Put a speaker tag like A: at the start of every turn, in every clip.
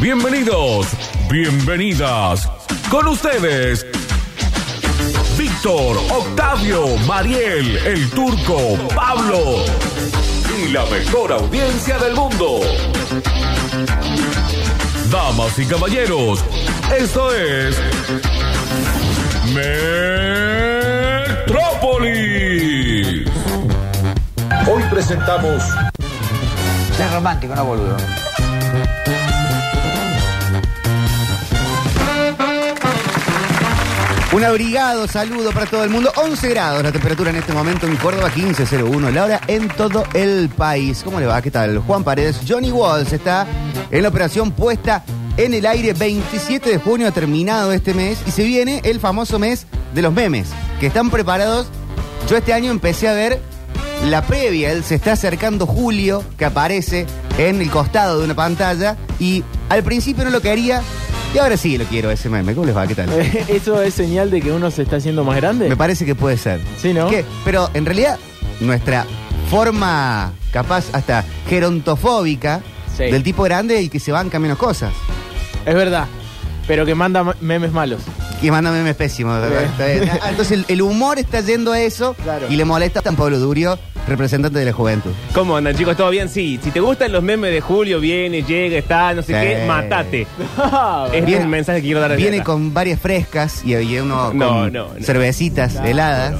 A: Bienvenidos, bienvenidas. Con ustedes, Víctor, Octavio, Mariel, el turco, Pablo y la mejor audiencia del mundo. Damas y caballeros, esto es Metrópolis.
B: Hoy presentamos
C: Es romántico, no boludo.
D: Un abrigado saludo para todo el mundo. 11 grados la temperatura en este momento en Córdoba, 15.01 la hora en todo el país. ¿Cómo le va? ¿Qué tal? Juan Paredes, Johnny Walls está en la operación puesta en el aire 27 de junio, ha terminado este mes y se viene el famoso mes de los memes, que están preparados. Yo este año empecé a ver la previa, él se está acercando Julio, que aparece en el costado de una pantalla y al principio no lo quería y ahora sí lo quiero ese meme. ¿Cómo les va? ¿Qué tal?
E: ¿Eso es señal de que uno se está haciendo más grande?
D: Me parece que puede ser.
E: Sí, ¿no?
D: Que- Pero en realidad, nuestra forma capaz hasta gerontofóbica
E: Sí.
D: del tipo grande y que se banca menos cosas.
E: Es verdad, pero que manda ma- memes malos.
D: Que manda memes pésimos, ¿verdad? Está bien. Ah, Entonces el, el humor está yendo a eso
E: Claro.
D: y le molesta a Pablo Durio, representante de la juventud.
F: ¿Cómo andan chicos? ¿Todo bien? Sí, si te gustan los memes de Julio, viene, llega, está, no sé
D: Sí.
F: qué, matate. Es
D: Viene-
F: el mensaje que quiero dar
D: Viene con varias frescas y había uno con
F: No, no, no.
D: cervecitas heladas.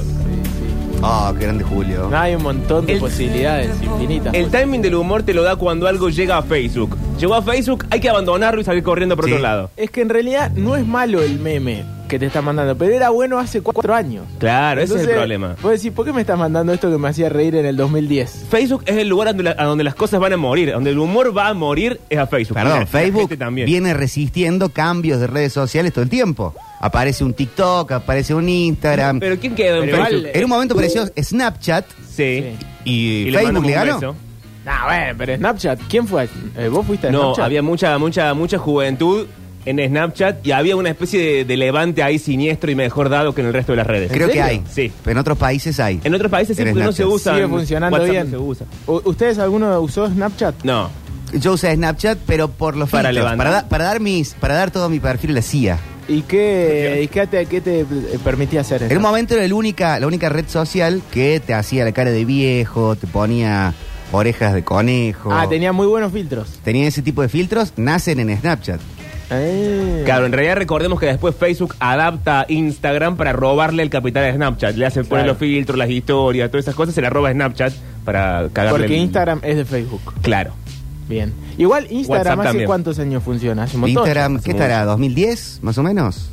D: Oh, qué grande Julio.
E: No, hay un montón de
F: El-
E: posibilidades infinitas.
F: El timing del humor te lo da cuando algo llega a Facebook. Llegó a Facebook, hay que abandonarlo y salir corriendo por
D: Sí.
F: otro lado.
E: es que en realidad no es malo el meme que te está mandando, pero era bueno hace cuatro años.
F: Claro, ese es el
E: Entonces,
F: problema.
E: Vos decís, ¿por qué me estás mandando esto que me hacía reír en el 2010?
F: Facebook es el lugar donde la- a donde las cosas van a morir, a donde el humor va a morir es a Facebook.
D: Perdón,
F: Mira, la
D: Facebook
F: gente también.
D: viene resistiendo cambios de redes sociales todo el tiempo. Aparece un TikTok, aparece un Instagram.
F: Pero ¿quién quedó en
E: Pero
F: Facebook?
E: igual- eh,
D: En un momento apareció Snapchat
F: Sí.
E: Sí.
D: y,
F: Y le
D: Facebook
F: mandamos
D: le
F: un
D: ganó.
F: beso.
E: Nah, bueno, pero Snapchat, ¿quién fue? Eh, ¿Vos fuiste a
F: No,
E: Snapchat?
F: había mucha, mucha, mucha juventud en Snapchat y había una especie de, de levante ahí siniestro y mejor dado que en el resto de las redes.
D: Creo que
E: serio?
D: hay.
F: Sí.
D: Pero en otros países hay.
F: En otros países sí,
D: En
F: porque no se
D: Snapchat.
F: usa.
E: Sigue funcionando
F: WhatsApp
E: bien.
F: No, se usa.
E: U- ¿Ustedes alguno usó Snapchat?
F: no.
D: Yo usé Snapchat, pero por los
F: Para
D: filtros,
F: levantar.
D: para, da- para dar mis, para dar todo mi perfil la CIA.
E: ¿Y qué, y qué te, qué te, eh, permitía hacer?
D: En un momento era la única, la única red social que te hacía la cara de viejo, te ponía orejas de conejo.
E: Ah, tenía muy buenos filtros.
D: Tenía ese tipo de filtros, nacen en Snapchat.
E: Eh.
F: Claro, en realidad recordemos que después Facebook adapta a Instagram para robarle el capital a Snapchat. Le hace poner
E: Claro.
F: los filtros, las historias, todas esas cosas, se la roba a Snapchat para cagarle.
E: Porque
F: el-
E: Instagram es de Facebook.
F: Claro.
E: Bien. Igual Instagram
F: WhatsApp
E: hace
F: también.
E: cuántos años funciona. Hace un montón.
D: Instagram,
E: Hace
D: ¿qué
E: mucho.
D: estará? ¿2010? Más o menos.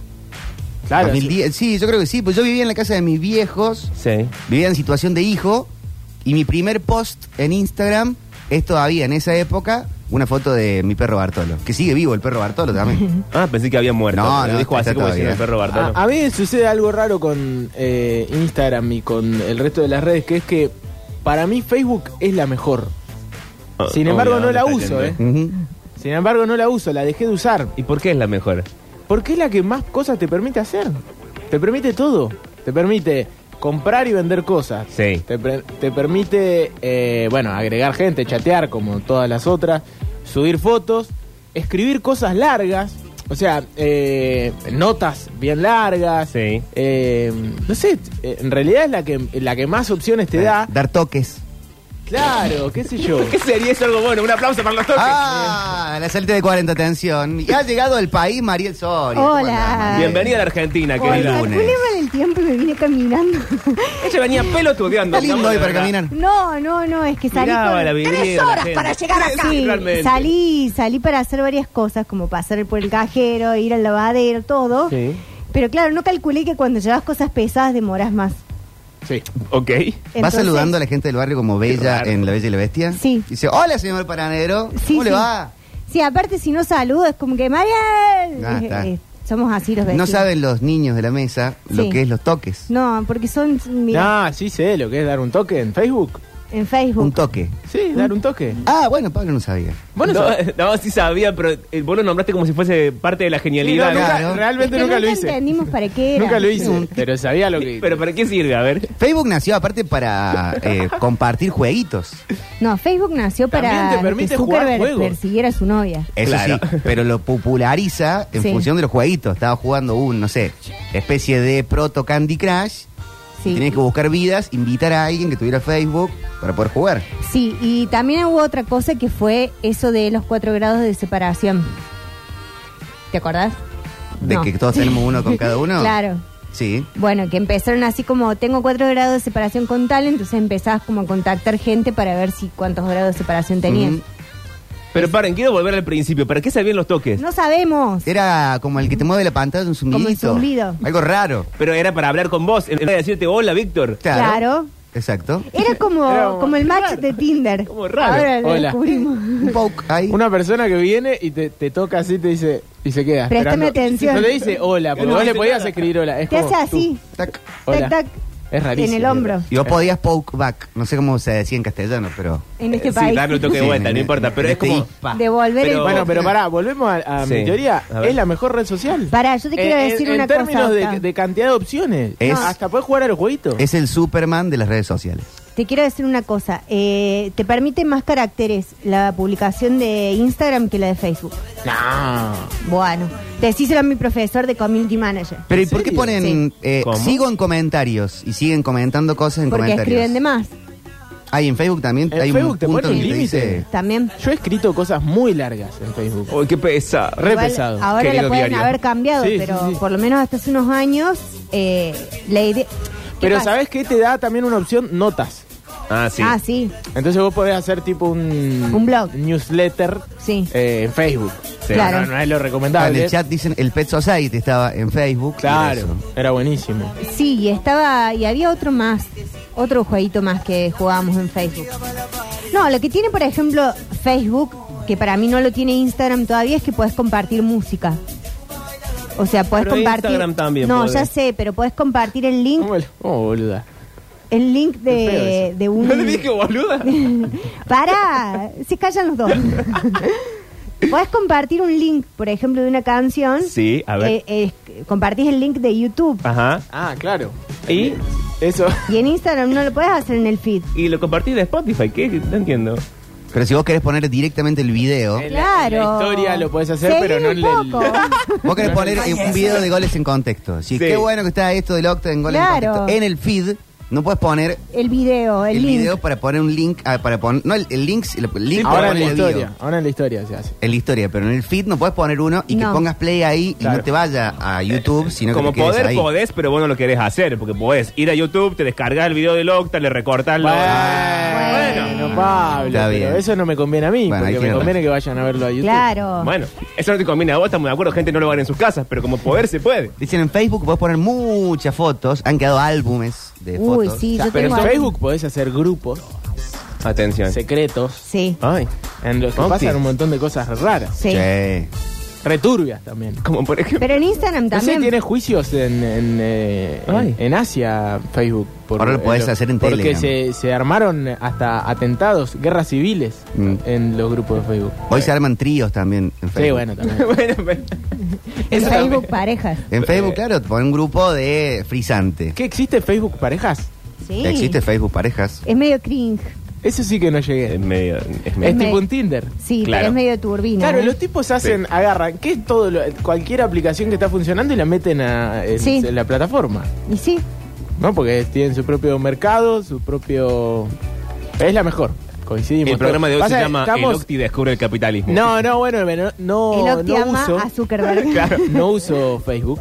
E: Claro,
D: 2010. Sí, yo creo que sí, pues yo vivía en la casa de mis viejos.
F: Sí.
D: Vivía en situación de hijo y mi primer post en Instagram es todavía en esa época una foto de mi perro Bartolo, que sigue vivo el perro Bartolo también.
F: Ah, pensé que había muerto.
D: No,
F: Lo
D: no,
F: dijo
D: está
F: así como
D: todavía. Ah,
F: diciendo el perro Bartolo.
E: A, a mí sucede algo raro con eh, Instagram y con el resto de las redes, que es que para mí Facebook es la mejor.
F: Ah,
E: Sin
F: obvio,
E: embargo, no
F: ¿dónde
E: la
F: está
E: uso,
F: yendo?
E: ¿eh?
D: Ujú.
E: Sin embargo, no la uso, la dejé de usar.
D: eh.
F: ¿Y por qué es la mejor?
E: Porque es la que más cosas te permite hacer. Te permite todo. Te permite comprar y vender cosas.
F: Sí.
E: Te, pre- te permite, eh, bueno, agregar gente, chatear como todas las otras, subir fotos, escribir cosas largas, o sea, eh, notas bien largas.
F: Sí.
E: Eh, no sé, eh, en realidad es la que, la que más opciones te da.
D: Dar toques.
E: Claro, qué sé yo.
F: Eh, ¿Qué sería eso algo bueno? Un aplauso para los toques.
D: Ah, la salita de 40, atención. Y ha llegado al país Mariel Soria. ¿Cómo
G: Hola.
D: andás, Mariel?
F: Bienvenida a la Argentina,
G: Hola,
F: querida.
D: lunes.
G: ¿cuál era el tiempo que vine caminando?
F: Ella venía pelotudeando.
D: Está lindo hoy para caminar.
G: no, no, no, es que salí
F: Miraba
G: con
F: la vidriera,
G: tres
F: la
G: horas
F: gente.
G: para llegar
F: Sí,
G: acá.
F: sí, realmente.
G: salí, salí para hacer varias cosas, como pasar por el cajero, ir al lavadero, todo.
E: Sí.
G: Pero claro, no calculé que cuando llevas cosas pesadas demoras más.
E: Sí.
F: Ok.
D: ¿Va
G: Entonces-
D: saludando a la gente del barrio como Bella
F: raro.
D: en La Bella y la Bestia?
G: Sí.
D: Dice, hola señor Paranero,
G: Sí,
D: ¿cómo le
G: sí.
D: va?
G: Sí, aparte si no saludo es como que Mariel.
D: Ah, está.
G: Eh, somos así los
D: No
G: vecinos.
D: saben los niños de la mesa lo
G: Sí.
D: que es los toques.
G: No, porque son... mira,
E: Ah, sí sé lo que es dar un toque en Facebook.
G: en Facebook.
D: Un toque.
E: Sí, dar un toque.
D: Ah, bueno, Pablo no sabía.
E: Bueno,
F: no, no, sí sabía, pero eh, vos lo nombraste como si fuese parte de la genialidad.
D: Sí, no,
E: nunca-
D: Claro.
G: Es
E: realmente
G: que
E: nunca lo hice.
G: entendimos para qué era.
E: Nunca lo hice, pero sabía lo que
F: Pero ¿para qué sirve? A ver.
D: Facebook nació aparte para eh, compartir jueguitos.
G: No, Facebook nació
E: También te
G: para
E: permite
G: que
E: jugar
G: Zuckerberg
E: juegos.
G: persiguiera a su novia.
D: Eso
F: Claro.
D: sí, pero lo populariza en
G: Sí.
D: función de los jueguitos. Estaba jugando un, no sé, especie de proto Candy Crush.
G: Sí.
D: Tenías que buscar vidas, invitar a alguien que tuviera Facebook para poder jugar.
G: Sí, y también hubo otra cosa que fue eso de los cuatro grados de separación. ¿Te acordás?
D: De
G: No.
D: que todos tenemos uno con cada uno.
G: Claro.
D: Sí.
G: Bueno, que empezaron así como tengo cuatro grados de separación con tal, entonces empezabas como a contactar gente para ver si cuántos grados de separación tenías.
D: Ujú.
F: Pero paren, quiero volver al principio. ¿Para qué sabían los toques?
G: No sabemos.
D: Eh, Era como el que te mueve la pantalla, un zumbidito.
G: Como el zumbido.
D: Algo raro.
F: Pero era para hablar con vos, en vez de decirte hola, Víctor.
D: Claro.
G: Claro.
D: Exacto.
G: Era como,
E: Era como-
G: como el match de Tinder.
F: Como raro.
G: Ahora lo
E: Hola.
G: descubrimos.
D: Un poke ahí.
E: Una persona que viene y te, te toca así te dice y se queda.
G: Préstame
E: esperando.
G: atención.
E: No te dice hola, porque
F: No
E: vos
F: dice
E: le podías
F: nada.
E: escribir hola. es
G: Te
E: como
G: hace así.
D: Tac.
E: Hola.
G: Tac, tac.
E: Es rarísimo.
G: En el hombro.
D: Y vos podías poke back. No sé cómo se decía en castellano, pero.
G: En este
F: Eh, sí,
G: país.
F: darle un toque de
D: Sí,
F: vuelta,
D: en-
F: no importa. Pero
D: en
F: es como.
D: este ispa.
G: Devolver
F: Pero-
G: el
E: Bueno, pero pará, volvemos a, a
F: Sí.
E: mi teoría.
F: A ver.
E: es la mejor red social. Eh,
G: Pará, yo te quiero decir
E: en,
G: una
E: en términos
G: cosa,
E: de,
G: Octa.
E: de cantidad de opciones.
D: Es-
E: Hasta puedes jugar al jueguito.
D: Es el Superman de las redes sociales.
G: Te quiero decir una cosa. eh, te permite más caracteres la publicación de Instagram que la de Facebook.
E: No.
G: Bueno, decíselo a mi profesor de community manager.
D: Pero ¿y por qué
E: serio?
D: ponen eh,
F: ¿Cómo?
D: sigo en comentarios y siguen comentando cosas en
G: Porque
D: comentarios?
G: escriben de más
D: Hay en Facebook también.
E: En
D: hay
E: Facebook
D: un
E: te
D: punto
E: ponen
D: en que
E: un
D: dice-
E: límite.
G: también.
E: Yo he escrito cosas muy largas en Facebook.
F: Uy, qué pesa.
E: Re
G: Igual,
E: pesado.
G: Ahora la
F: querido
G: pueden
F: diario.
G: haber cambiado,
E: Sí,
G: pero
E: sí, sí.
G: por lo menos hasta hace unos años eh, la idea. ¿Qué
E: Pero
G: pasa?
E: ¿sabes qué? Te da también una opción notas.
F: Ah, sí.
G: Ah, sí.
E: Entonces vos podés hacer tipo un...
G: Un blog.
E: Newsletter.
G: Sí.
E: eh, en Facebook. Pero
G: Claro.
E: No, no es lo
D: Ah, en
E: recomendable.
D: el chat dicen el Pet Society estaba en Facebook. Era
E: Claro.
D: eso.
E: Era buenísimo.
G: Sí, y estaba. Y había otro más. Otro jueguito más que jugábamos en Facebook. No, lo que tiene, por ejemplo, Facebook, que para mí no lo tiene Instagram todavía, es que puedes compartir música. O sea, puedes
F: Pero
G: compartir.
F: Instagram también
G: no,
F: podés.
G: ya sé, pero puedes compartir el link,
E: ¿Cómo lo- oh, boluda.
G: el link
E: Qué feo
G: de,
E: eso.
G: de un.
F: ¿No te dije, boluda?
G: Pará, se callan los dos. Podés compartir un link, por ejemplo, de una canción.
F: Sí, a ver.
G: Eh, eh, compartís el link de YouTube.
F: Ajá.
E: Ah, claro.
F: Y,
E: Eso.
G: Y en Instagram no lo podés hacer en el feed.
F: y lo compartí de Spotify. ¿Qué? No entiendo.
D: Pero si vos querés poner directamente el video,
E: En la- en
G: Claro.
E: la historia lo podés hacer,
G: Seguime
E: pero no
G: un
E: en el-
G: poco.
D: vos querés poner eh, un video de goles en contexto. Si
F: Sí.
D: qué bueno que está esto del Octa en goles en
G: Claro.
D: contexto. En el feed no puedes poner
G: El video, el,
D: el,
G: link.
D: video para poner un link, ah, para poner no el, el link, el link para
E: Ahora en
D: poner
E: la
D: el video.
E: historia. Ahora en la historia se hace.
D: En la historia, pero en el feed no puedes poner uno y que
G: No.
D: pongas play ahí y
E: Claro.
D: no te vaya a YouTube, sino que
F: Como
D: te quedes
F: poder
D: ahí.
F: podés, pero vos no lo querés hacer, porque podés ir a YouTube, te descargar el video del Octa, le recortar
E: Bueno, Pablo,
D: Está
E: pero
D: bien.
E: eso no me conviene a mí,
D: Bueno, ahí
E: porque
D: tiene
E: me
D: razón.
E: conviene que vayan a verlo a YouTube.
G: Claro.
F: Bueno, eso no te conviene a vos, estamos de acuerdo, gente no lo hagan en sus casas, pero como poder se puede.
D: Dicen en Facebook puedes poner muchas fotos, han quedado álbumes de
G: Uy,
D: fotos.
G: sí, yo
E: Pero
G: tengo
E: en Facebook podés hacer grupos
F: Atención.
E: secretos
G: Sí,
F: Ay,
E: en los que
F: Octi.
E: pasan un montón de cosas raras,
G: sí.
D: Che.
E: returbias también.
F: como por ejemplo.
G: Pero en Instagram
E: No sé,
G: también.
E: tiene juicios en, en, eh, en-
F: Ay.
E: en Asia, Facebook. por-
D: Ahora lo podés
E: eh,
D: hacer en
E: Porque
D: Telegram.
E: se, se armaron hasta atentados, guerras civiles
D: Mm.
E: en los grupos de Facebook.
D: Hoy se arman tríos también en Facebook.
E: Sí, bueno, también.
F: bueno, pero-
G: En
F: eso
G: Facebook
F: también.
G: parejas.
D: En Facebook, claro, te ponen un grupo de frisante.
E: ¿Qué existe Facebook parejas?
G: Sí.
D: Existe Facebook parejas.
G: Es medio cringe.
E: Eso sí que no llegué.
F: Es medio. Es medio.
E: Es
G: me-
E: tipo un Tinder.
G: Sí,
F: Claro.
G: pero es medio turbina.
E: Claro,
G: ¿eh?
E: los tipos hacen, agarran, que es todo lo- cualquier aplicación que está funcionando y la meten a en-
G: Sí.
E: en la plataforma,
G: Y sí,
E: ¿no? Porque tienen su propio mercado, su propio es la mejor. Coincidimos.
F: El programa de hoy
E: Pasa
F: se
E: que
F: llama
E: estamos-
F: El Octi descubre el capitalismo.
E: No, no, bueno, no no,
G: el Octi
E: no
G: ama
E: uso.
G: a Zuckerberg.
E: Claro, no uso Facebook,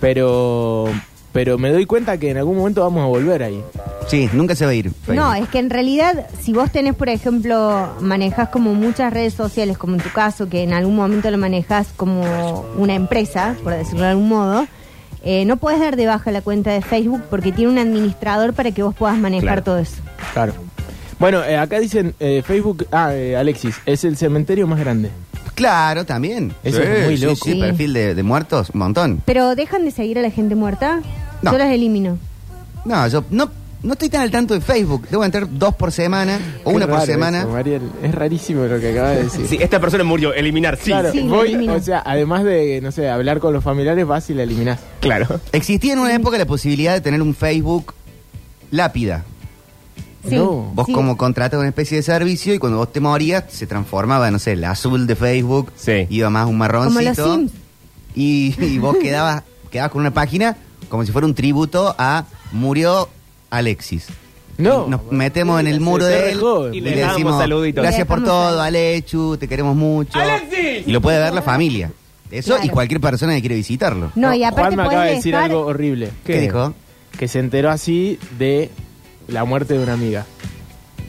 E: pero pero me doy cuenta que en algún momento vamos a volver ahí.
D: Sí, nunca se va a ir. Facebook.
G: No, es que en realidad, si vos tenés, por ejemplo, manejas como muchas redes sociales, como en tu caso, que en algún momento lo manejas como una empresa, por decirlo de algún modo, eh, no puedes dar de baja la cuenta de Facebook porque tiene un administrador para que vos puedas manejar
F: Claro.
G: todo eso.
E: Claro. Bueno, eh, acá dicen eh, Facebook, ah, eh, Alexis, es el cementerio más grande.
D: Claro, también.
E: Eso es muy loco.
D: Sí, sí,
G: Sí.
D: perfil de, de muertos, un montón.
G: Pero dejan de seguir a la gente muerta,
D: No.
G: yo los elimino.
D: No, yo no No estoy tan al tanto de Facebook. Debo entrar dos por semana o
E: Qué
D: una por
E: raro
D: semana.
E: eso, Mariel, es rarísimo lo que acabas de decir.
F: Sí, esta persona murió, eliminar, sí.
E: Claro,
G: Sí, lo
E: voy,
G: elimino.
E: o sea, además de, no sé, hablar con los familiares, vas y la eliminás.
F: Claro.
D: Existía en una época la posibilidad de tener un Facebook lápida.
G: Sí,
E: No.
D: Vos
G: sí.
D: como contratas una especie de servicio y cuando vos te morías se transformaba, no sé, el azul de Facebook,
F: Sí.
D: iba más un
G: Como los
D: marroncito.
G: Sims.
D: y, y vos quedabas, quedabas con una página como si fuera un tributo a murió Alexis.
E: No.
D: Nos metemos en el
E: Se-
D: muro
E: se
D: de él
E: rejode.
F: Y le damos saluditos.
D: gracias
G: Le
D: por
G: dejamos
D: todo,
G: saludos.
D: Alechu, te queremos mucho. Y lo puede ver la familia. Eso y
G: Claro.
D: cualquier persona que quiere visitarlo.
G: No, y
E: Juan
G: aparte
E: me acaba de
G: puedes
E: decir
G: dejar...
E: algo horrible.
D: ¿Qué, dijo?
E: Que se enteró así de la muerte de una amiga.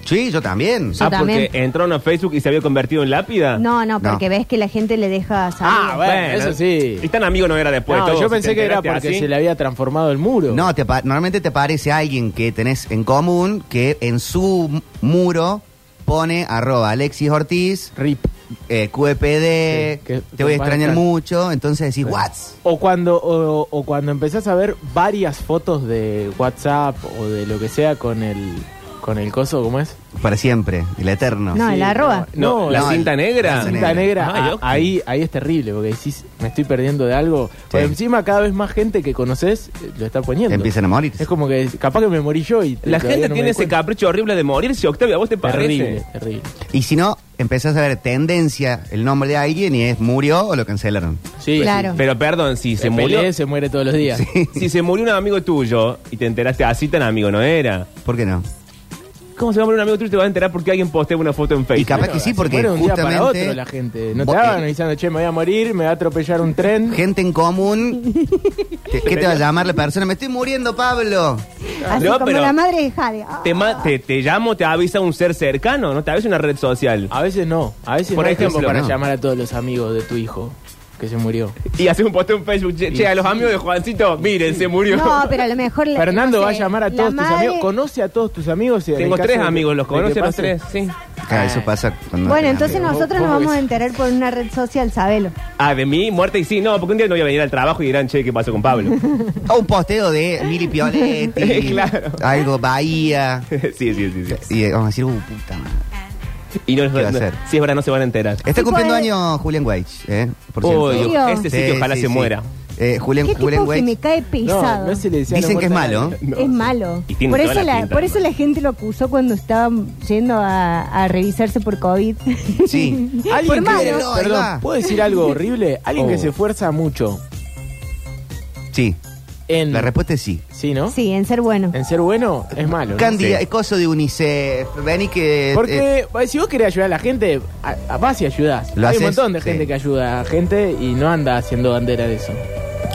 D: Sí, yo también.
G: Yo
F: ah,
G: también.
F: porque entró en Facebook y se había convertido en lápida.
G: No, no,
D: No.
G: porque ves que la gente le deja salir.
E: Ah, bueno, eso sí.
F: Y tan amigo no era después. de
E: No,
F: todo,
E: yo
F: si
E: pensé
F: te
E: que era
F: enteraste
E: porque
F: así.
E: se le había transformado el muro.
D: No, te pa- normalmente te aparece alguien que tenés en común que en su m- muro pone arroba Alexis Ortiz,
E: Rip.
D: eh, QPD,
E: Sí, que-
D: te voy a extrañar
E: compartan.
D: mucho, entonces decís, what?
E: O cuando, o, o cuando empezás a ver varias fotos de WhatsApp o de lo que sea con el, con el coso, ¿cómo es?
D: Para siempre, el eterno.
G: No, el arroba.
F: No,
E: No,
F: la
D: no,
F: cinta
D: la
F: negra.
E: La cinta negra,
F: Ay,
E: ah,
F: ok.
E: ahí, ahí es terrible, porque decís, me estoy perdiendo de algo. Por encima, cada vez más gente que conoces eh, lo está poniendo.
D: Empiezan a morir.
E: Es como que capaz que me morí yo y
F: La gente tiene ese
E: capaz
F: capricho horrible de morirse, Octavio. ¿A vos te parece?
E: Terrible, terrible.
D: Y si no, empezás a ver tendencia, el nombre de alguien y es murió o lo cancelaron.
E: Sí,
G: Claro.
F: Pero perdón, si
E: Se
F: se murió.
E: se muere todos los días.
F: Si se murió un amigo tuyo y te enteraste así tan amigo no era.
D: ¿Por qué no?
F: ¿Cómo se va a morir un amigo tuyo y te vas a enterar porque alguien postea una foto en Facebook?
D: Y capaz que sí,
E: Se
D: porque
E: muere un día para
D: justamente
E: otro la gente. No te
D: Vos-
E: hagan
D: eh,
E: avisando, che, me voy a morir, me va a atropellar un tren.
D: gente en común, te- ¿qué te va a llamar la persona? Me estoy muriendo, Pablo.
G: Así
F: No,
G: como
F: pero-
G: la madre de Jade. Ah.
F: Te, ma- te, te llamo, te avisa un ser cercano, no te avisa una red social.
E: A veces no, a veces
F: Por
E: no hay
F: ejemplo,
E: tiempo para
D: no.
E: llamar a todos los amigos de tu hijo que se murió.
F: Y haces un posteo en Facebook. Che, che, a los amigos de Juancito, miren, se murió.
G: No, pero a lo mejor... le-
E: Fernando
G: no
E: va a
G: sé,
E: llamar a
G: la
E: todos tus
G: madre-
E: amigos, conoce a todos tus amigos. y en
F: Tengo
E: el caso
F: tres
E: de-
F: amigos, los
E: de que
F: conoce los
E: pase-
F: tres, sí.
D: Claro, eso pasa cuando...
G: Bueno, entonces
E: Vos-
G: nosotros
E: vos
G: nos vamos
E: ves.
G: a enterar por una red social, sabelo.
F: Ah, de mí, muerte y sí. No, porque un día no voy a venir al trabajo y dirán, che, ¿qué pasó con Pablo?
D: O Ah, un posteo de Mili Pioletti,
F: Claro.
D: algo Bahía.
F: sí, sí, sí, sí.
D: Y eh, vamos a decir, uh, puta madre.
F: Y no,
D: ¿Qué va a
F: no-
D: hacer?
F: si es verdad, no se van a enterar.
D: Está
G: Tipo
D: cumpliendo
G: de-
D: años Julian Weich, ¿eh? Por
F: Uy,
D: cierto.
G: serio?
F: ese sitio
D: Sí,
F: ojalá
D: sí,
F: se
D: sí.
F: muera.
D: Eh, Julian,
G: Qué
D: Julian
G: tipo que
D: Weich.
G: me cae
E: No,
G: pesado.
E: no se le decía
D: Dicen
E: la
D: que es
E: muerte a
D: malo.
E: nadie.
F: No.
G: Es malo.
F: Y tiene
G: Por
F: toda
G: eso,
F: la
G: la,
F: pinta,
G: por
F: ¿no?
G: eso la gente lo acusó cuando estaban yendo a, a revisarse por COVID.
D: Sí.
E: Alguien
G: por
E: que-
G: malo.
D: No, ahí va.
E: perdón, ¿puedo decir algo horrible? Alguien que
D: Oh.
E: se esfuerza mucho
D: Sí,
E: en...
D: la respuesta es sí.
E: Sí, ¿no? Eh,
G: Sí, en ser bueno.
E: En ser bueno es malo. ¿no?
D: Candy, eh, coso de UNICEF, vení que... eh,
E: Porque eh, si vos querés ayudar a la gente, a- a- vas y ayudás.
D: Lo
E: Hay
D: haces,
E: un montón de
D: sí.
E: gente que ayuda a gente y no anda haciendo bandera de eso.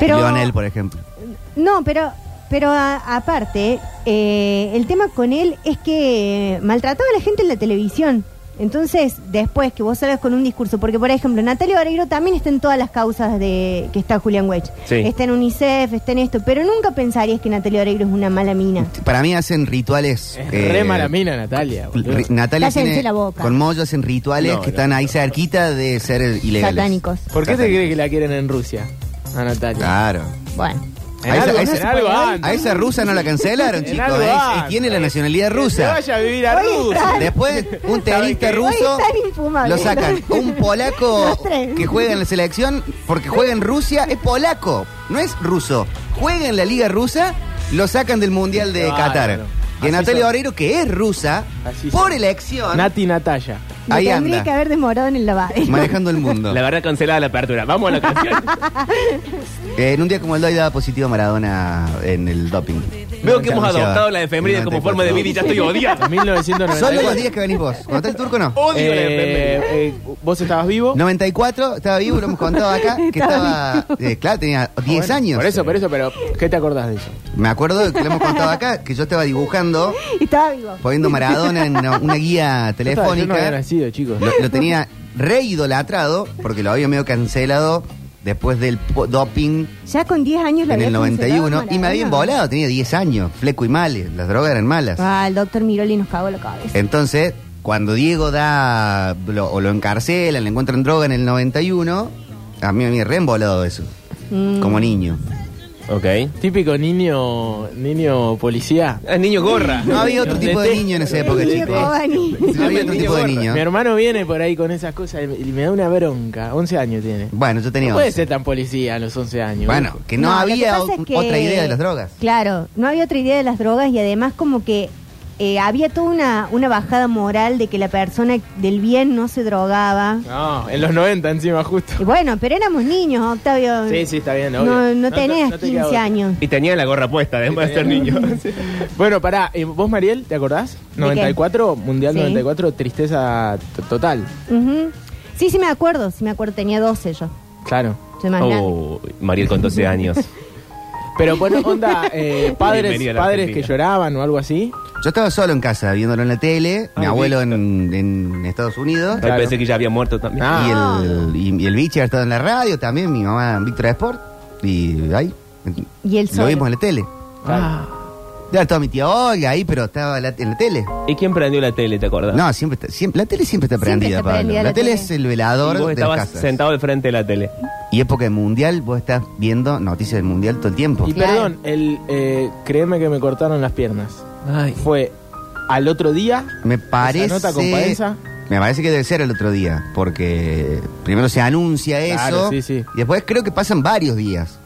G: Pero,
D: Lionel, por ejemplo.
G: No, pero, pero a- aparte, eh, el tema con él es que maltrataba a la gente en la televisión. Entonces, después que vos salgas con un discurso, porque por ejemplo, Natalia Oreiro también está en todas las causas de que está Julián Wedge.
F: Sí.
G: Está en UNICEF, está en esto, pero nunca pensarías que Natalia Oreiro es una mala mina.
D: Para mí hacen rituales...
E: Es
D: eh,
E: re mala mina, Natalia. boludo.
D: ri- Natalia
G: Cállense
D: tiene-
G: la boca.
D: con Moyo hacen rituales
F: No,
D: que
F: no,
D: están ahí cerquita de ser ilegales.
G: Satánicos.
E: ¿Por qué te
D: Satánicos.
E: crees que la quieren en Rusia? A Natalia.
D: Claro.
G: Bueno.
E: En
D: A esa-
E: algo-
D: a esa-
E: en algo anda.
D: A esa rusa no la cancelaron,
E: En
D: chicos.
E: algo
D: ¿eh?
E: anda.
D: Tiene la nacionalidad
E: Que
D: rusa.
E: vaya a vivir a
G: Hoy
E: Rusia.
G: está-
D: Después, un tenista
G: Hoy
D: ruso
G: están infumables.
D: lo sacan. Un polaco
G: Los tres.
D: que juega en la selección porque juega en Rusia es polaco, no es ruso. Juega en la liga rusa, lo sacan del Mundial de
E: Claro.
D: Qatar. Y a
E: Así
D: Natalia
E: son.
D: Oreiro, que es rusa,
E: Así
D: por
E: son.
D: elección,
E: Nati Natalia.
G: Me
D: Ahí
G: tendría
D: anda.
G: que haber demorado en el lavadero.
D: manejando el mundo.
F: La verdad, cancelada la apertura. Vamos a la canción.
D: Eh, en un día como el de hoy daba positivo Maradona en el doping.
F: Veo que hemos
D: Anunciaba.
F: adoptado la efeméride como
D: 94.
F: forma de vida y ya estoy odiado.
E: 1994.
D: Solo los días que venís vos. Cuando está el turco, no.
F: Odio la
E: Eh,
F: efeméride.
E: eh, ¿Vos estabas vivo?
D: 94, estaba vivo, lo hemos contado acá, que estaba, eh, claro, tenía 10
E: Ah, Bueno,
D: años.
E: Por eso, por eso, pero ¿qué te acordás de eso?
D: Me acuerdo que lo hemos contado acá, que yo estaba dibujando,
G: Y estaba vivo.
D: poniendo Maradona en una, una guía
E: Yo no había
D: telefónica.
E: nacido, chicos.
D: Lo, lo tenía re idolatrado, porque lo había medio cancelado después del po- doping
G: Ya con 10 años lo
D: en
G: había
D: el
G: cancelado
D: 91. Y me
G: Maradona.
D: había embolado, tenía 10 años, fleco y males, las drogas eran malas.
G: Ah, el doctor Miroli nos cagó la cabeza.
D: Entonces, cuando Diego da lo- o lo encarcelan, le encuentran droga Eh, en el 91, a mí me había reembolado eso,
G: Mm.
D: como niño.
F: Ok.
E: Típico niño, niño policía.
F: Ah, niño gorra.
D: No había otro tipo de
G: este-
D: niño en
G: Mm.
D: esa época,
G: Niño
D: chicos.
G: Cobani.
D: No había otro tipo de niño.
E: Mi hermano viene por ahí con esas cosas y me- y me da una bronca. 11 años tiene.
D: Bueno, yo tenía
E: No puede
D: 11.
E: ser tan policía a los 11 años.
D: Bueno, que no,
G: lo que
D: había
G: pasa
D: o-
G: es que-
D: otra idea de las drogas.
G: Claro, no había otra idea de las drogas y además como que eh, había toda una, una bajada moral de que la persona del bien no se drogaba.
E: No, en los 90 encima justo.
G: Y bueno, pero éramos niños, Octavio.
E: Sí, sí, está bien, obvio.
G: No, no
E: te-
G: tenías
E: no te queda
G: 15
E: otra.
G: años.
F: Y tenía la gorra puesta, además de ser niño. Sí.
E: Bueno, pará, eh, vos Mariel, ¿te acordás?
G: qué?
E: 94, Mundial
G: Sí.
E: 94, tristeza t- total.
G: Ujú. Sí, sí me acuerdo, sí me acuerdo, tenía 12 yo.
E: Claro.
G: Soy más grande.
F: Oh, Mariel con 12 años.
E: Pero bueno, onda, eh, padres,
F: Bienvenida a la
E: padres que
F: Argentina.
E: lloraban o algo así.
D: Yo estaba solo en casa viéndolo en la tele, mi
F: Ah,
D: abuelo en, en Estados Unidos.
E: Claro.
F: Ay, Pensé que ya había muerto también.
E: Ah.
D: Y el, y, y el bicho ha estado en la radio también, mi mamá en Víctor Sport. Y ahí.
G: Y él
D: Lo
G: solo.
D: vimos en la tele.
G: Ah,
D: Ya estaba mi tía Olga ahí, pero estaba la- en la tele.
F: ¿Y quién prendió la tele, te acordás?
D: No, siempre está- siempre, la tele siempre está
G: Siempre
D: prendida,
G: está
D: Pablo.
G: prendida
D: La,
G: la
D: tele
G: tele.
D: es el
F: Y
D: velador
F: vos
D: de las
F: estabas
D: casas.
F: sentado al frente de la tele.
D: Y época de mundial, vos estás viendo noticias del mundial todo el tiempo.
E: Y
G: Claro.
E: perdón, el, eh, créeme que me cortaron las piernas. Fue al otro día.
D: Me parece.
E: nota con Paenza?
D: Me parece que debe ser el otro día, porque primero se anuncia eso.
E: Claro, sí, sí.
D: Y después creo que pasan varios días.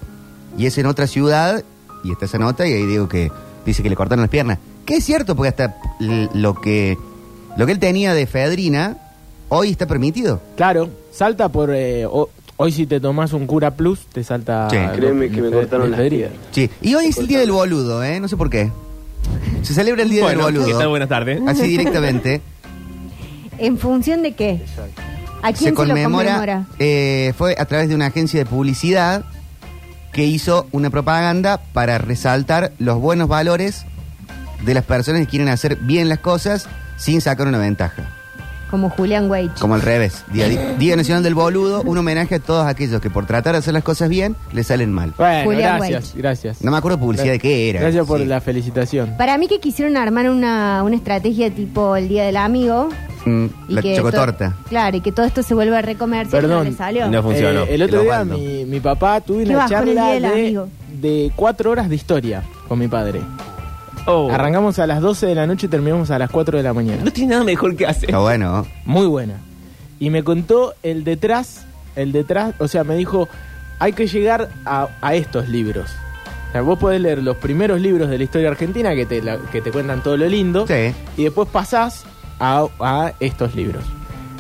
D: Y es en otra ciudad, y está esa nota, y ahí digo que dice que le cortaron las piernas. Que es cierto, porque hasta l- lo que, lo que él tenía de efedrina, hoy está permitido.
E: Claro, salta por. eh, o- hoy, si te tomás un cura plus, te salta.
D: Sí.
H: Créeme que me cortaron las
E: heridas.
D: Sí. Y hoy es el día del boludo, ¿eh? No sé por qué. Se celebra el día
F: Bueno,
D: del
F: ¿qué tal?
D: boludo.
F: Buenas tardes.
D: Así directamente.
G: ¿En función de qué? ¿A quién se,
D: se
G: lo
D: conmemora,
G: conmemora?
D: eh, fue a través de una agencia de publicidad que hizo una propaganda para resaltar los buenos valores de las personas que quieren hacer bien las cosas sin sacar una ventaja.
G: Como Julián Weich.
D: Como al revés. Día, Día Nacional del Boludo, un homenaje a todos aquellos que por tratar de hacer las cosas bien, le salen mal.
E: Bueno,
G: Julián
E: gracias,
G: Weich.
E: gracias.
D: No me acuerdo publicidad de qué era.
E: Gracias por
D: Sí.
E: la felicitación.
G: Para mí que quisieron armar una, una estrategia tipo el Día del Amigo.
D: Mm,
G: y
D: la
G: que
D: chocotorta.
G: to- Claro, y que todo esto se vuelve a recomercial.
E: Perdón.
G: y No le salió.
F: No funcionó.
E: Eh, el otro
D: El
E: día
D: Osvaldo.
E: mi, mi papá tuve
G: Qué
E: una
G: bajón el
E: charla
G: día del
E: de,
G: amigo.
E: de cuatro horas de historia con mi padre.
F: Oh.
E: Arrancamos a las 12 de la noche y terminamos a las 4 de la mañana.
F: No tiene nada mejor que hacer.
D: Está bueno.
E: Muy buena. Y me contó el detrás, el detrás, o sea, me dijo, hay que llegar a, a estos libros. O sea, vos podés leer los primeros libros de la historia argentina que te, la- que te cuentan todo lo lindo.
D: Sí.
E: Y después pasás a, a estos libros,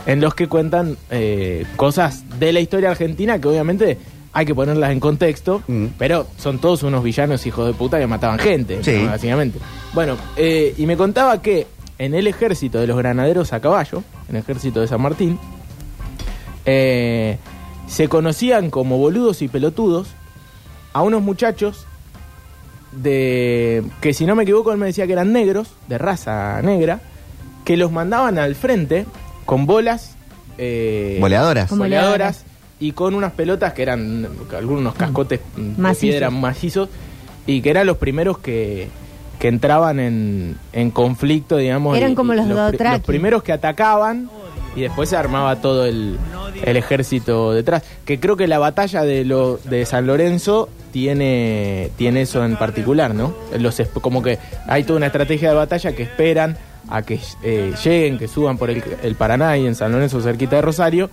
E: en los que cuentan eh, cosas de la historia argentina que obviamente hay que ponerlas en contexto,
D: Mm.
E: pero son todos unos villanos hijos de puta que mataban gente,
D: Sí.
E: ¿no? básicamente. Bueno, eh, y me contaba que en el ejército de los granaderos a caballo, en el ejército de San Martín, eh, se conocían como boludos y pelotudos a unos muchachos de que si no me equivoco él me decía que eran negros, de raza negra, que los mandaban al frente con bolas eh,
D: Boleadoras.
G: Como
E: boleadoras
G: boleadoras.
E: y con unas pelotas que eran algunos cascotes de
G: Macizos.
E: piedra macizos y que eran los primeros que, que entraban en, en conflicto, digamos.
G: Eran
E: y-
G: como
E: y
G: los
E: pri-
G: Dothraki.
E: los primeros que atacaban y después se armaba todo el, el ejército detrás. Que creo que la batalla de, lo, de San Lorenzo tiene, tiene eso en particular, ¿no? Los, esp- como que hay toda una estrategia de batalla que esperan a que eh, lleguen, que suban por el, el Paraná y en San Lorenzo, cerquita de Rosario.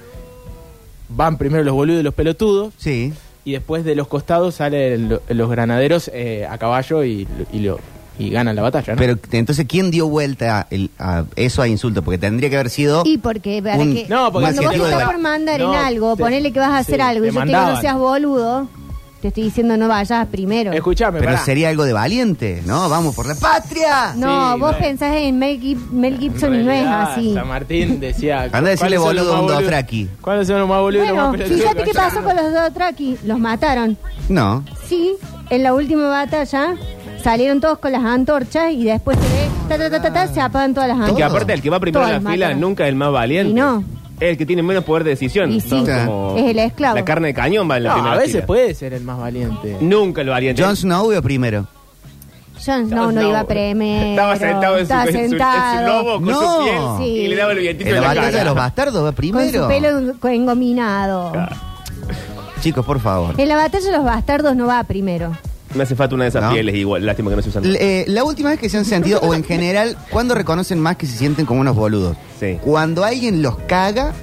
E: Van primero los boludos y los pelotudos
D: Sí.
E: y después de los costados salen lo- los granaderos eh, a caballo y, y lo, y ganan la batalla. ¿no?
D: Pero entonces, ¿quién dio vuelta el- a eso a insulto? Porque tendría que haber sido.
G: Y porque, para
D: Un-
G: que
E: No, porque
G: cuando
D: un
G: vos
D: adjetivo
G: estás
D: de-
G: por mandar
E: No,
G: en algo,
E: te-
G: ponele que vas a hacer
E: sí,
G: algo,
E: te
G: y yo te digo
E: mandaban.
G: no seas boludo, te estoy diciendo no vayas primero.
E: Escuchame,
D: Pero
E: pará.
D: sería algo de valiente, ¿no? Vamos por la patria.
G: no,
E: Sí,
G: vos
E: bueno.
G: pensás en Mel, Gib- Mel Gibson
E: En
G: y no es
E: realidad,
G: así.
E: San Martín decía.
D: Andá a decirle
E: "¿Cuáles son los
D: boludo a un
E: más boludos?
D: Dothraki".
E: ¿Cuáles son los más boludos? y los
G: Bueno,
E: más pelotudos?
G: fíjate qué pasó con los dos Traki, los mataron.
D: No.
G: Sí, en la última batalla salieron todos con las antorchas y después se ve, ta, ta, ta, ta, ta, se apagan todas las
D: Y
F: Que
G: antorchas.
F: aparte, el que va primero a la
G: Todos
F: fila
G: matan.
F: nunca es el más valiente.
G: Y no.
F: Es el que tiene menos poder de decisión.
G: Y sí,
D: Claro.
F: Como
G: es el esclavo.
F: La carne de cañón va en la
E: No,
F: primera
E: a veces
F: fila.
E: puede ser el más valiente.
F: Nunca el valiente.
D: Jon Snow vio primero.
G: Jon Snow no,
F: Snow.
G: iba primero.
F: Estaba sentado en su,
G: estaba
F: en su- en su
G: sentado,
F: lobo con
D: No.
F: su piel
G: Sí.
F: y le daba el billetito
D: En
F: en
D: la
F: la
D: batalla
F: cara.
D: de los bastardos va
G: Con su
D: primero.
G: pelo engominado.
D: Chicos, por favor.
G: En la batalla de los bastardos no va primero.
F: Me hace falta una de esas
D: No.
F: pieles igual. Lástima que no se usan.
D: L- eh, la última vez que se han sentido, o en general, ¿cuándo reconocen más que se sienten como unos boludos?
F: Sí.
D: Cuando alguien los caga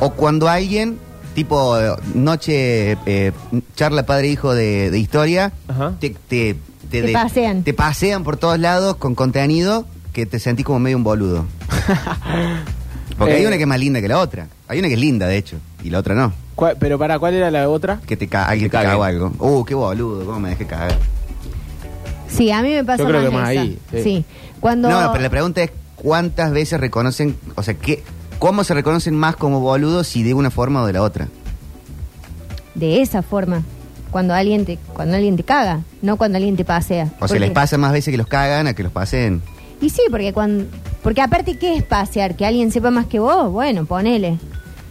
D: o cuando alguien, tipo eh, noche, eh, charla padre-hijo de, de historia,
F: Ajá.
D: te, te-
G: Te pasean.
D: te pasean por todos lados con contenido que te sentís como medio un boludo. Porque hay
E: Eh.
D: una que es más linda que la otra. Hay una que es linda, de hecho, y la otra no.
E: ¿Cuál- pero para, ¿cuál era la otra?
D: Que te ca- alguien te
F: cague.
D: caga o algo. Uh, qué boludo, cómo me dejé cagar.
G: Sí, a mí me pasa
E: Yo creo que más
G: esa.
E: ahí, sí.
G: Sí. Cuando...
D: No, no, pero la pregunta es cuántas veces reconocen, o sea, ¿qué, ¿cómo se reconocen más como boludos si de una forma o de la otra?
G: De esa forma. Cuando alguien te, cuando alguien te caga, no cuando alguien te pasea.
D: O sea,
G: Porque-
D: les pasa más veces que los cagan a que los pasen.
G: Y sí, porque cuando. Porque aparte, ¿qué es pasear? ¿Que alguien sepa más que vos? Bueno, ponele.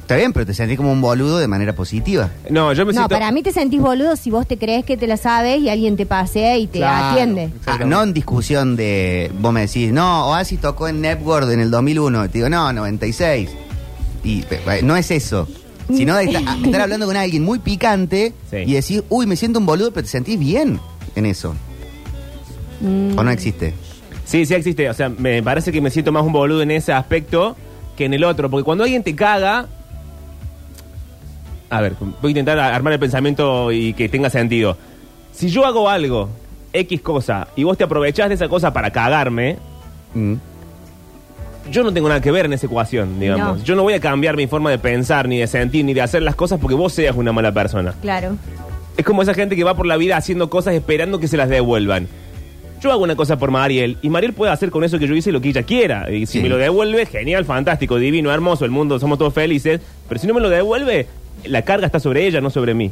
D: Está bien, pero te sentís como un boludo de manera positiva. Ah,
F: No, yo me
G: No,
F: siento.
G: para mí te sentís boludo si vos te crees que te la sabes y alguien te pasea y te
E: Claro.
G: atiende.
D: Ah, no en discusión de, vos me decís, no, Oasis tocó en Networld en el 2001. Te digo, no, 96. Y pe- pe- no es eso. Sino de esta- a- estar hablando con alguien muy picante
F: Sí.
D: y decir, uy, me siento un boludo, pero te sentís bien en eso. ¿O no existe?
F: Sí, sí existe. O sea, me parece que me siento más un boludo en ese aspecto que en el otro. Porque cuando alguien te caga. A ver, voy a intentar a- armar el pensamiento y que tenga sentido. Si yo hago algo, X cosa, y vos te aprovechás de esa cosa para cagarme,
D: Mm.
F: yo no tengo nada que ver en esa ecuación, digamos.
G: No.
F: Yo no voy a cambiar mi forma de pensar, ni de sentir, ni de hacer las cosas porque vos seas una mala persona.
G: Claro.
F: Es como esa gente que va por la vida haciendo cosas esperando que se las devuelvan. Yo hago una cosa por Mariel y Mariel puede hacer con eso que yo hice lo que ella quiera. Y si
D: Sí.
F: me lo devuelve, genial, fantástico, divino, hermoso, el mundo, somos todos felices. Pero si no me lo devuelve, la carga está sobre ella, no sobre mí.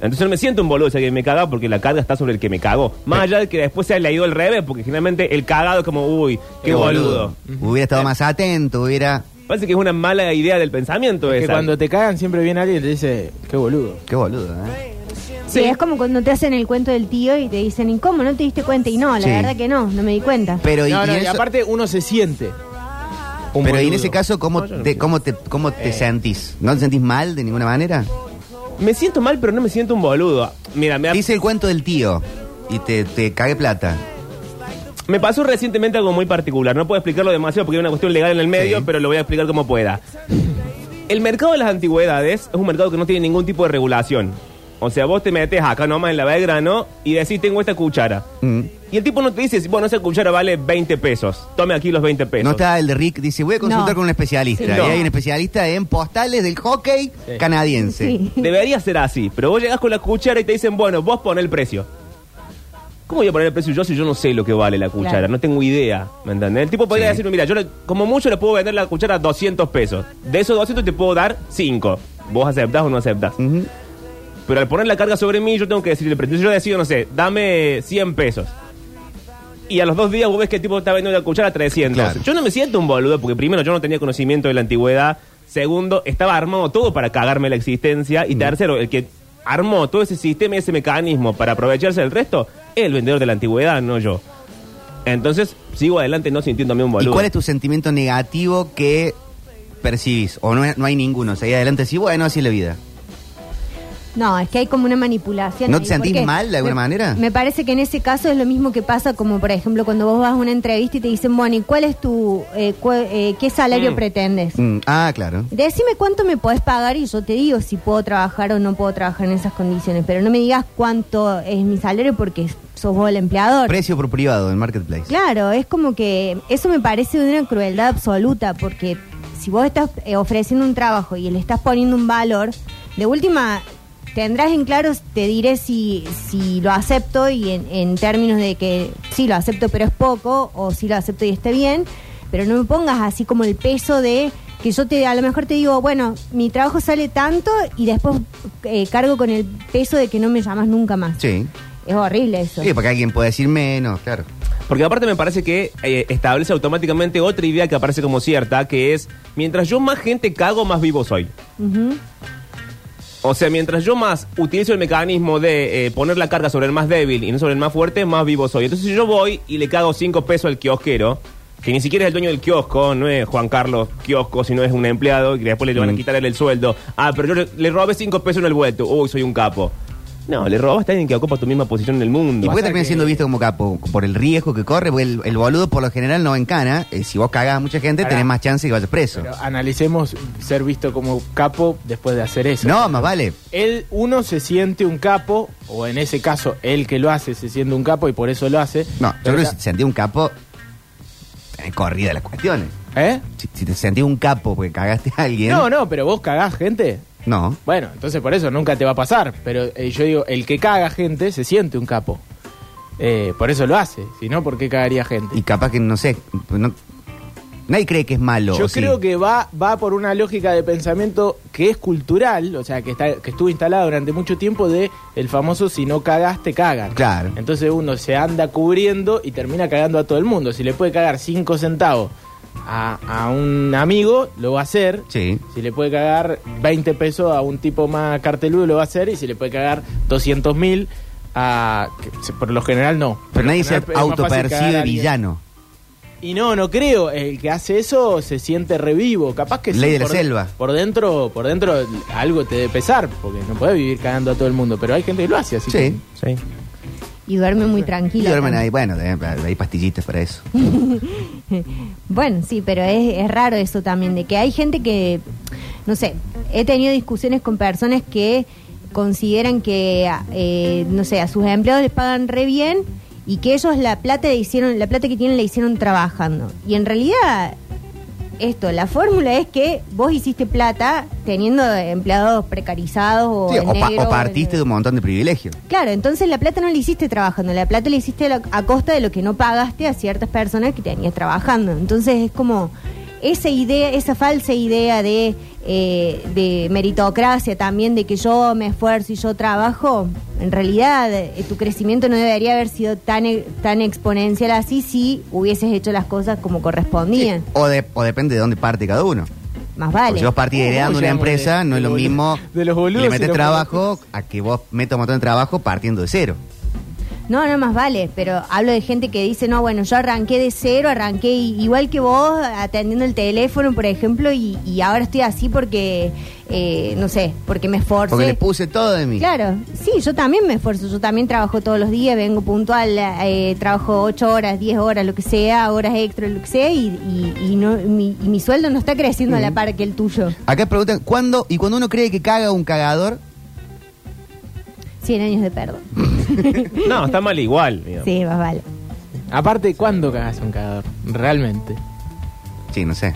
F: Entonces no me siento un boludo ese que me caga porque la carga está sobre el que me cagó. Más allá de que después se ha leído al revés, porque generalmente el cagado es como, uy, qué, boludo.
D: Hubiera estado más atento, hubiera.
F: Parece que es una mala idea del pensamiento
E: Que
F: esa.
E: cuando te cagan siempre viene alguien y te dice, qué boludo.
D: Qué boludo, ¿eh?
G: Sí. es como cuando te hacen el cuento del tío y te dicen, ¿y cómo? ¿No te diste cuenta? Y no, la
D: Sí.
G: verdad que no, no me di cuenta.
D: Pero, y,
E: no, no,
D: y
E: y
D: eso-
E: aparte uno se siente. un
D: pero y en
E: boludo.
D: ese caso, ¿cómo, te, cómo, te, cómo te sentís? ¿No te sentís mal de ninguna manera?
F: Me siento mal, pero no me siento un boludo. Mira, me, ha-
D: Dice el cuento del tío y te, te cagué plata.
F: Me pasó recientemente algo muy particular. No puedo explicarlo demasiado porque hay una cuestión legal en el medio,
D: Sí.
F: pero lo voy a explicar como pueda. El mercado de las antigüedades es un mercado que no tiene ningún tipo de regulación. O sea, vos te metes acá nomás en la Belgrano y decís, tengo esta cuchara.
D: Mm.
F: Y el tipo no te dice, bueno, esa cuchara vale 20 pesos. Tome aquí los 20 pesos.
D: No está el de Rick, dice, voy a consultar
G: No.
D: con un especialista.
G: Sí,
D: y
G: no.
D: hay un especialista en postales del hockey canadiense.
G: Sí.
F: Debería ser así, pero vos llegás con la cuchara y te dicen, bueno, vos pon el precio. ¿Cómo voy a poner el precio yo si yo no sé lo que vale la cuchara?
G: Claro.
F: No tengo idea, ¿me entendés? El tipo podría decirme, mira, yo le- como mucho le puedo vender la cuchara a 200 pesos. De esos 200 te puedo dar 5. ¿Vos aceptás o no aceptás?
D: Ujú.
F: Pero al poner la carga sobre mí, yo tengo que decirle el precio. Entonces yo decido, no sé, dame 100 pesos. Y a los dos días vos ves que el tipo está vendiendo la cuchara a 300.
D: Claro.
F: Yo no me siento un boludo, porque primero, yo no tenía conocimiento de la antigüedad. Segundo, estaba armado todo para cagarme la existencia.
D: Mm.
F: Y tercero, el que armó todo ese sistema y ese mecanismo para aprovecharse del resto es el vendedor de la antigüedad, no yo. Entonces, sigo adelante no sintiéndome un
D: ¿Y
F: boludo.
D: cuál es tu sentimiento negativo que percibís? ¿O no, no hay ninguno? O sea, ahí adelante, sí, bueno, así es la vida.
G: No, es que hay como una manipulación.
D: ¿No
G: ahí,
D: te sentís
G: porque
D: mal de alguna
G: me-
D: manera?
G: Me parece que en ese caso es lo mismo que pasa como, por ejemplo, cuando vos vas a una entrevista y te dicen, bueno, ¿y cuál es tu, eh, cu- eh, qué salario
F: Mm.
G: pretendes?
D: Mm, Ah, claro.
G: Decime cuánto me podés pagar y yo te digo si puedo trabajar o no puedo trabajar en esas condiciones, pero no me digas cuánto es mi salario porque sos vos el empleador.
D: Precio por privado en Marketplace.
G: Claro, es como que eso me parece de una crueldad absoluta, porque si vos estás eh, ofreciendo un trabajo y le estás poniendo un valor, de última tendrás en claro, te diré si, si lo acepto y en, en términos de que sí lo acepto pero es poco, o si lo acepto y esté bien, pero no me pongas así como el peso de que yo te a lo mejor te digo, bueno, mi trabajo sale tanto y después eh, cargo con el peso de que no me llamas nunca más.
D: Sí.
G: Es horrible eso.
D: Sí, porque alguien puede decir menos, claro.
F: Porque aparte me parece que eh, establece automáticamente otra idea que aparece como cierta, que es, mientras yo más gente cago, más vivo soy.
G: Ujú.
F: O sea, mientras yo más utilizo el mecanismo de eh, poner la carga sobre el más débil y no sobre el más fuerte, más vivo soy. Entonces si yo voy y le cago 5 pesos al kiosquero, que ni siquiera es el dueño del kiosco, no es Juan Carlos Kiosco, sino es un empleado, y después le van a quitar el sueldo. Ah, pero yo le, le robé 5 pesos en el vuelto. Uy, soy un capo. No, le robaste a alguien que ocupa tu misma posición en el mundo.
D: Y puede terminar
E: que-
D: siendo visto como capo por el riesgo que corre, porque el, el boludo por lo general no encana. Eh, si vos cagás a mucha gente,
E: Pará.
D: tenés más chance que vayas preso.
E: Pero analicemos ser visto como capo después de hacer eso.
D: No, más vale.
E: Él, uno se siente un capo, o en ese caso, el que lo hace se siente un capo y por eso lo hace.
D: No, yo
E: Pero
D: creo que
E: ta-
D: si te sentís un capo, tenés corrida las cuestiones.
E: ¿Eh?
D: Si, si te sentís un capo porque cagaste a alguien.
E: No, no, pero vos cagás gente.
D: No.
E: Bueno, entonces por eso nunca te va a pasar. Pero eh, yo digo, el que caga gente se siente un capo. Eh, por eso lo hace. Si no, ¿por qué cagaría gente?
D: Y capaz que, no sé, no- nadie cree que es malo.
E: Yo
D: ¿o sí?
E: creo que va, va por una lógica de pensamiento que es cultural, o sea, que, está, que estuvo instalada durante mucho tiempo de el famoso si no cagas, te cagan.
D: Claro.
E: Entonces uno se anda cubriendo y termina cagando a todo el mundo. Si le puede cagar cinco centavos a, a un amigo, lo va a hacer.
D: Sí.
E: Si le puede cagar 20 pesos a un tipo más carteludo, lo va a hacer. Y si le puede cagar 200 mil a... que se- Por lo general no. Por
D: Pero
E: lo
D: nadie se
E: general es más fácil cagar a
D: autopercibe
E: alguien.
D: villano.
E: Y no, no creo. El que hace eso se siente revivo. Capaz que sí,
D: Ley de la
E: por-
D: selva.
E: Por dentro, por dentro algo te debe pesar, porque no puedes vivir cagando a todo el mundo. Pero hay gente que lo hace así. que-
D: Sí.
F: Sí.
G: Y duerme muy
D: Y
G: tranquilo.
D: duermen
G: también.
D: ahí. Bueno, eh, hay pastillitas para eso.
G: Bueno, sí, pero es, es raro eso también, de que hay gente que, no sé, he tenido discusiones con personas que consideran que, a- eh, no sé, a sus empleados les pagan re bien y que ellos la plata le hicieron, la plata que tienen la hicieron trabajando. Y en realidad, esto, la fórmula es que vos hiciste plata teniendo empleados precarizados o,
D: Sí,
G: en
D: o, pa-
G: negro,
D: o partiste
G: en-
D: de un montón de privilegios.
G: Claro, entonces la plata no la hiciste trabajando, la plata la hiciste a, lo- a costa de lo que no pagaste a ciertas personas que tenías trabajando. Entonces es como esa idea, esa falsa idea de, eh, de meritocracia también, de que yo me esfuerzo y yo trabajo. En realidad, eh, tu crecimiento no debería haber sido tan, e- tan exponencial así si hubieses hecho las cosas como correspondían.
D: O, de- o depende de dónde parte cada uno.
G: Más
D: Porque
G: vale.
D: si vos partís
E: ¿Cómo
D: heredando una
E: llamamos de-
D: empresa, no es
E: Uh, de
D: lo
E: bolu-
D: mismo
E: de los boludos
D: le
E: y
D: metes
E: los
D: trabajo a que vos metas un montón de trabajo partiendo de cero.
G: No, no más vale, pero hablo de gente que dice, no, bueno, yo arranqué de cero, arranqué i- igual que vos, atendiendo el teléfono, por ejemplo, y, y ahora estoy así porque, eh, no sé, porque me esforcé.
D: Porque le puse todo de mí.
G: Claro, sí, yo también me esfuerzo, yo también trabajo todos los días, vengo puntual, eh, trabajo 8 horas, 10 horas, lo que sea, horas extra, lo que sea, y, y- y no, mi, y mi sueldo no está creciendo a la par que el tuyo.
D: Acá preguntan, ¿cuándo? Y cuando uno cree que caga un cagador,
G: 100 años de perdón.
F: No, está mal igual. digamos.
G: Sí, más vale.
E: Aparte, ¿cuándo cagás a un cagador? Realmente.
D: sí, no sé.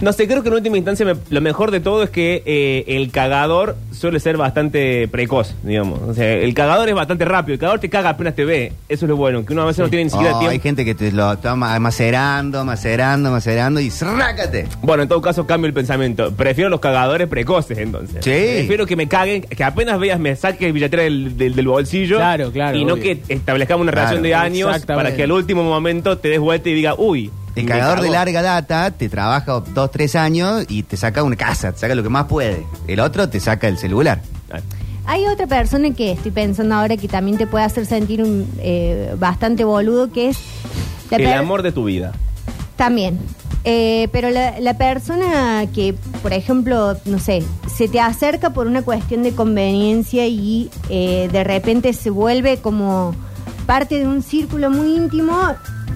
F: No sé, creo que en última instancia me- lo mejor de todo es que eh, el cagador suele ser bastante precoz, digamos. O sea, el cagador es bastante rápido. El cagador te caga apenas te ve. Eso es lo bueno, que uno a veces no tiene ni siquiera
D: Oh,
F: tiempo.
D: hay gente que te lo está ma- macerando, macerando, macerando y ¡zrácate!
F: Bueno, en todo caso cambio el pensamiento. Prefiero los cagadores precoces, entonces.
D: Sí.
F: Prefiero que me caguen, que apenas veas me saque el billetera del, del- del bolsillo.
E: Claro, claro,
F: Y no
E: obvio.
F: que establezcamos una relación
D: Claro.
F: de años
E: Exactamente.
F: para que al último momento te des vuelta y diga, uy.
D: El
F: me
D: cagador de
F: cagó.
D: larga data te trabaja dos, tres años y te saca una casa, te saca lo que más puede. El otro te saca el celular.
F: Ah,
G: Hay otra persona que estoy pensando ahora que también te puede hacer sentir un, eh, bastante boludo, que es... la
F: El
G: per-
F: amor de tu vida.
G: También. Eh, pero la, la persona que, por ejemplo, no sé, se te acerca por una cuestión de conveniencia y eh, de repente se vuelve como parte de un círculo muy íntimo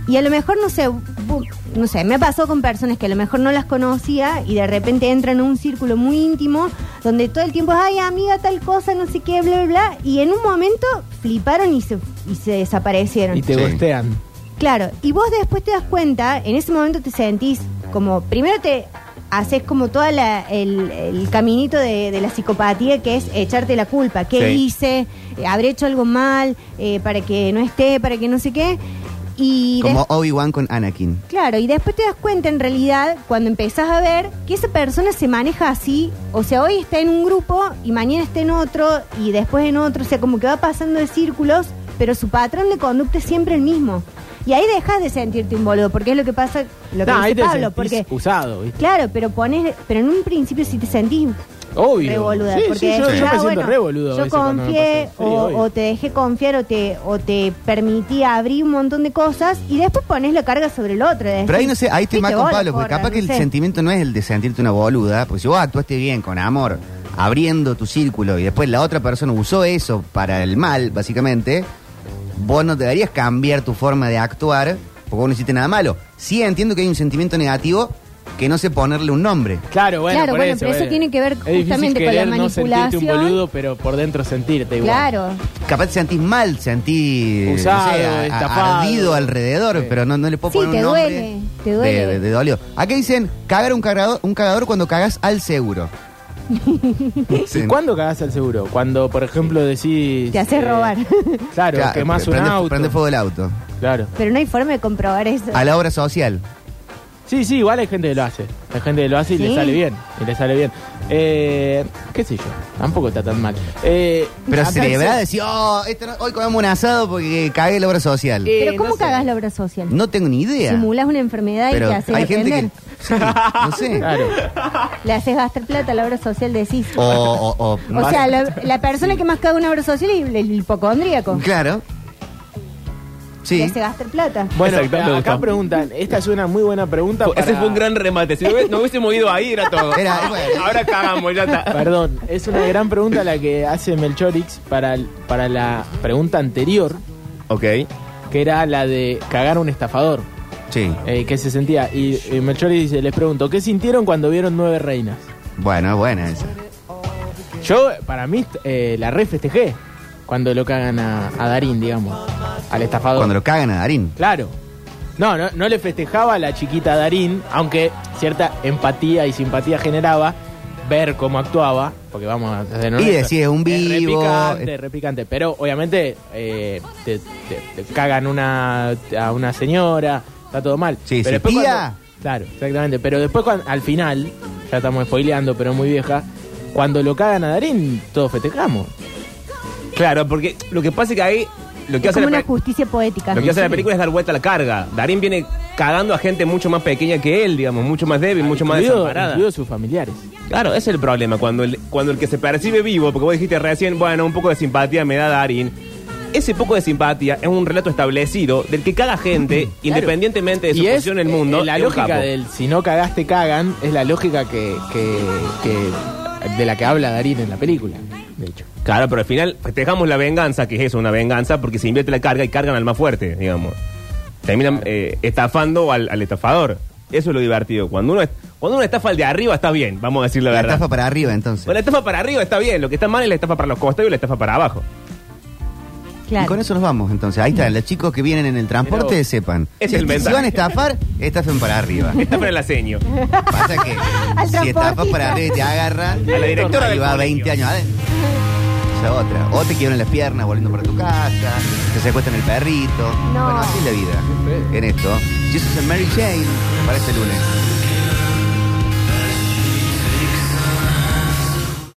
G: y a lo mejor, no sé, bu- no sé, me ha pasado con personas que a lo mejor no las conocía y de repente entran en un círculo muy íntimo donde todo el tiempo, ay amiga, tal cosa, no sé qué, bla, bla, bla, y en un momento fliparon y se, y se desaparecieron.
E: Y te
D: Sí.
E: gostean.
G: Claro, y vos después te das cuenta, en ese momento te sentís como, primero te haces como todo el, el caminito de, de la psicopatía que es echarte la culpa, qué
F: Sí.
G: hice, Eh, habré hecho algo mal, Eh, para que no esté, para que no sé qué, y des-
D: Como Obi-Wan con Anakin.
G: claro, y después te das cuenta en realidad cuando empezás a ver que esa persona se maneja así, o sea, hoy está en un grupo y mañana está en otro y después en otro, o sea, como que va pasando de círculos, pero su patrón de conducta es siempre el mismo. Y ahí dejas de sentirte un boludo, porque es lo que pasa, lo que
E: No, ahí
G: dice
E: te
G: Pablo,
E: sentís
G: porque
E: usado, ¿viste?
G: claro, pero pones, pero en un principio si te sentís
E: Obvio.
G: re boluda,
E: Sí, sí,
G: porque
E: yo,
G: decís,
E: yo me
G: "Ah,
E: siento
G: bueno,
E: re boludo. a
G: yo
E: veces cuando me
G: confié
E: pasa eso. Sí,
G: o,
E: obvio.
G: o te dejé confiar o te, o te permití abrir un montón de cosas y después pones la carga sobre el otro. decís,
D: Pero ahí no sé, ahí estoy
G: "Fuiste
D: más con
G: vos la
D: Pablo, porque
G: forra,
D: capaz
G: no
D: que el
G: sé".
D: sentimiento no es el de sentirte una boluda, porque si vos actuaste bien, con amor, abriendo tu círculo y después la otra persona usó eso para el mal, básicamente, vos no deberías cambiar tu forma de actuar porque vos no hiciste nada malo. Sí entiendo que hay un sentimiento negativo que no sé ponerle un nombre.
E: Claro, bueno,
G: Claro,
E: por
G: bueno,
E: eso,
G: pero eso
E: bueno.
G: tiene que ver
E: Es difícil
G: justamente con la
E: querer no sentirte un
G: manipulación.
E: boludo, pero por dentro sentirte igual.
G: Claro.
D: Capaz te sentís mal, sentís no sé,
E: Usado, estafado.
D: ardido alrededor,
E: Sí.
D: pero no, no le puedo
G: Sí,
D: poner
G: te
D: un
G: duele,
D: nombre
G: te
D: de-
G: duele.
D: De, de dolido. Acá dicen cagar un cagador, un cagador cuando cagas al seguro. Sí.
E: ¿Y cuándo cagás al seguro? Cuando, por ejemplo, decís... eh,
G: Te haces robar.
E: Claro,
D: Claro,
E: quemás un
D: prende-
E: auto.
D: prende fuego el auto.
E: Claro.
G: Pero no hay forma de comprobar eso.
D: A la obra social.
E: Sí, sí, igual hay gente que lo hace. Hay gente que lo hace y le
G: Sí.
E: sale bien. Y le sale bien. Eh, qué sé yo, tampoco está tan mal. Eh,
D: Pero
E: acá
D: celebrar,
E: dice-
D: decir, oh, esto no- hoy comemos un asado porque cagué la obra social.
E: Eh,
G: Pero ¿cómo
E: no sé.
G: cagas la obra social?
D: No tengo ni idea.
G: Simulás una enfermedad y
D: pero
G: te haces
D: hay gente que.
G: atender.
D: sí, no sé.
E: Claro.
G: Le haces gastar plata a la obra social, decís.
D: O, o, o-
G: O sea, la, la persona que más caga una obra social es el, el hipocondríaco.
D: Claro.
G: Le
D: Sí.
G: hace gastar plata.
E: Bueno,
F: Exacto, me
E: acá
F: gustó.
E: preguntan, esta es una muy buena pregunta.
F: Fu- Ese
E: para-
F: fue un gran remate. Si no hubies- no hubiésemos ido ahí, era todo.
D: Era, bueno.
F: Ahora cagamos, ya está.
E: Perdón, es una gran pregunta la que hace Melchorix para, el- para la pregunta anterior,
F: Ok.
E: que era la de cagar a un estafador,
D: Sí.
E: eh, que se sentía. Y, y Melchorix dice, les pregunto, ¿qué sintieron cuando vieron Nueve Reinas?
D: Bueno, buena esa.
E: Yo, para mí, eh, la re festejé cuando lo cagan a, a Darín, digamos, al estafador.
D: Cuando lo cagan a Darín.
E: Claro. No, no, no le festejaba a la chiquita Darín, aunque cierta empatía y simpatía generaba ver cómo actuaba, porque vamos a ser honestos,
D: decís, es un vivo,
E: repicante,
D: es-
E: repicante, pero obviamente eh, te, te- te cagan una, a una señora, está todo mal.
D: Sí,
E: pero
D: sí,
E: después
D: tía.
E: cuando- claro, exactamente, pero después cuan- al final, ya estamos spoileando, pero muy vieja, cuando lo cagan a Darín, todos festejamos.
F: Claro, porque lo que pasa es que ahí lo que
G: Es
F: hace
G: como
F: la
G: una
F: pe-
G: justicia poética.
F: Lo que hace la
G: Sí.
F: película es dar vuelta a la carga. Darín viene cagando a gente mucho más pequeña que él, digamos, mucho más débil, mucho más
E: Incluido-
F: desamparada.
E: incluido sus familiares.
F: Claro, ese es el problema. Cuando el, cuando el que se percibe vivo, porque vos dijiste recién, bueno, un poco de simpatía me da Darín. Ese poco de simpatía es un relato establecido del que cada gente, independientemente de su
E: Y es,
F: posición en el
E: eh,
F: mundo,
E: la
F: es un
E: lógica
F: capo.
E: del si no cagaste, cagan, es la lógica que, que- que- de la que habla Darín en la película, de hecho.
F: Claro, pero al final festejamos la venganza, que es eso, una venganza, porque se invierte la carga y cargan al más fuerte, digamos. Terminan eh, estafando al, al estafador. Eso es lo divertido. Cuando uno, es- cuando uno estafa al de arriba está bien, vamos a decir la,
D: La
F: verdad.
D: estafa para arriba, entonces.
F: Bueno, la estafa para arriba está bien, lo que está mal es la estafa para los costados y la estafa para abajo.
D: Y con
G: Claro.
D: eso nos vamos, entonces. Ahí están. Los chicos que vienen en el transporte
E: Pero-
D: sepan.
F: Ese
D: si,
F: es el
D: si
F: mensaje.
D: van a estafar, estafen para arriba.
F: Estafa en el aceño.
D: Pasa que si estafas
G: transportista.
D: para arriba y te agarran,
F: A la directora
D: ahí
F: del
D: va
F: colegio.
D: 20 años adentro. Esa otra. O te quiebran las piernas volviendo para tu casa, te secuestran el perrito.
G: No.
D: Bueno, así es la vida. En esto. Jesus and Mary Jane para este lunes.